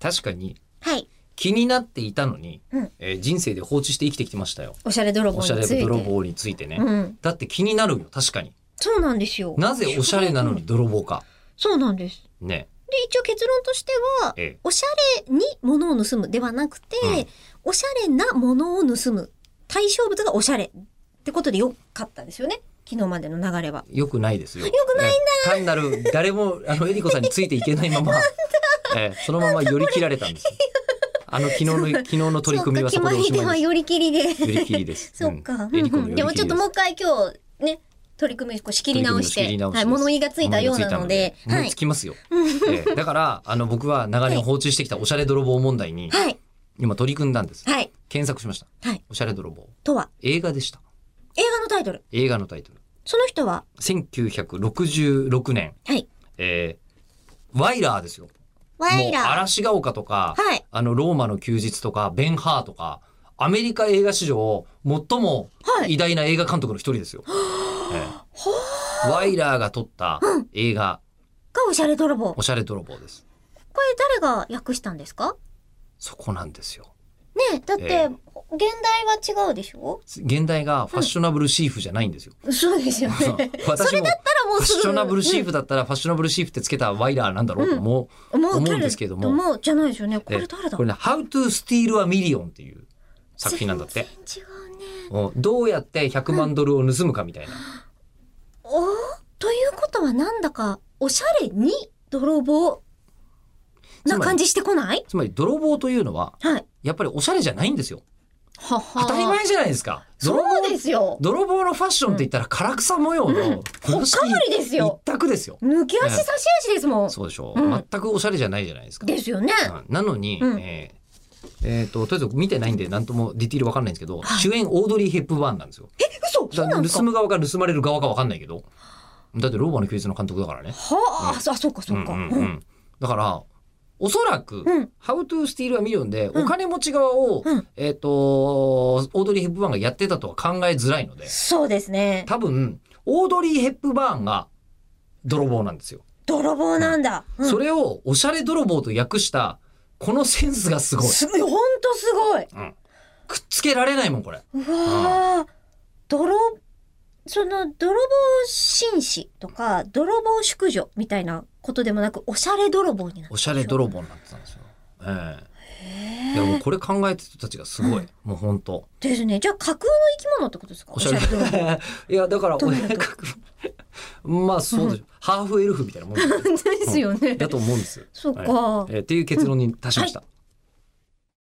確かにはい。気になっていたのに、うんえー人生で放置して生きてきてましたよ。おしゃれ泥棒おにしゃれついて。泥棒についてね。うん。だって気になるよ、確かに。そうなんですよ。なぜおしゃれなのに泥棒か。そうなんです。ね。で、一応結論としては、ええおしゃれに物を盗むではなくて、うんおしゃれな物を盗む。対象物がおしゃれってことでよかったですよね。昨日までの流れは。よくないですよ。良くないんだええ単なる、誰も、あの、エリコさんについていけないま ま、ええそのまま寄り切られたんです。あの、昨日の、昨日の取り組みはそそうこか、でおし決まり手まはいで寄り切りで。す。寄り切りです。そうか。んエリコのうんう寄んでりも切ちりょっですともう。一回今日ね、取り組みこう仕切り直して取り組みの仕切り直しはい、です物言いがついたようなので、思はいいつ。きますよ。ええだから、あの、僕は長年放置してきたおしゃれ泥棒問題に、はい。今取り組んだんです。はい。検索しました。はい。おしゃれ泥棒。とは、映画でした。映画のタイトル。映画のタイトル。その人は、 1966年、はい。えー、ワイラーですよ。ワイもうラー。嵐ヶ丘とか、はいあの、ローマの休日とか、ベンハーとか、アメリカ映画史上、最もはい偉大な映画監督の一人ですよ。ええワイラーが撮った映画、がおしゃれ泥棒。こおしゃれ泥棒です。れ誰が訳したんですかそこなんですよ。ねえ、だって、ええ現代は違うでしょ現代がファッショナブルシーフじゃないんですよ。そうですよね。そう私も、たらもフうァッすぐショナブルシーフだったら、ファッショナブルシーフってつけたワイラーなんだろうと思う、うんもう思誰うんですけども。もうじゃないですよね。こえれ誰だこれね、How to Steal a Million っていう作品なんだって。全然違うね。うんどうやって100万ドルを盗むかみたいな。おーということはなんだか、おしゃれに泥棒な感じしてこないつまり泥棒というのは、はい。やっぱりおしゃれじゃないんですよ。はは当たり前じゃないですか。泥棒そうですよ。泥棒のファッションって言ったら、唐草模様の、風呂敷おかわりですよ一択ですよ。抜け足差し足ですもん。そうでしょうんう。全くおしゃれじゃないじゃないですか。ですよね。うんなのに、うんえーえーと、とりあえず見てないんで、なんともディティールわかんないんですけど、はい主演オードリー・ヘップバーンなんですよ。え、嘘そうなんです盗かむ側か盗まれる側かわかんないけど。だって、ローマの休日の監督だからね。はあ、あ、そうかそうか。ううんんうんうんだから、おそらく、うん How to Steal a Million で、お金持ち側を、うんえっ、と、オードリー・ヘップバーンがやってたとは考えづらいので、そうですね。多分、オードリー・ヘップバーンが泥棒なんですよ。泥棒なんだ。うんそれを、おしゃれ泥棒と訳した、このセンスがすごい。すごい、ほんとすごい。うん。くっつけられないもん、これ。うわー泥、その、泥棒紳士とか、泥棒淑女みたいなことでもなく、おしゃれ泥棒になった。おしゃれ泥棒になってたんですよ。ええでもこれ考えてる人たちがすごい。もう本当。ですね。じゃあ、架空の生き物ってことですかおしゃれおしゃれ泥棒。 いや、だから、どんなことかく まあそうでしょ。 ハーフエルフみたいなもんですよですよ ね。だと思うんです。そうかはいえーっていう結論に達しました。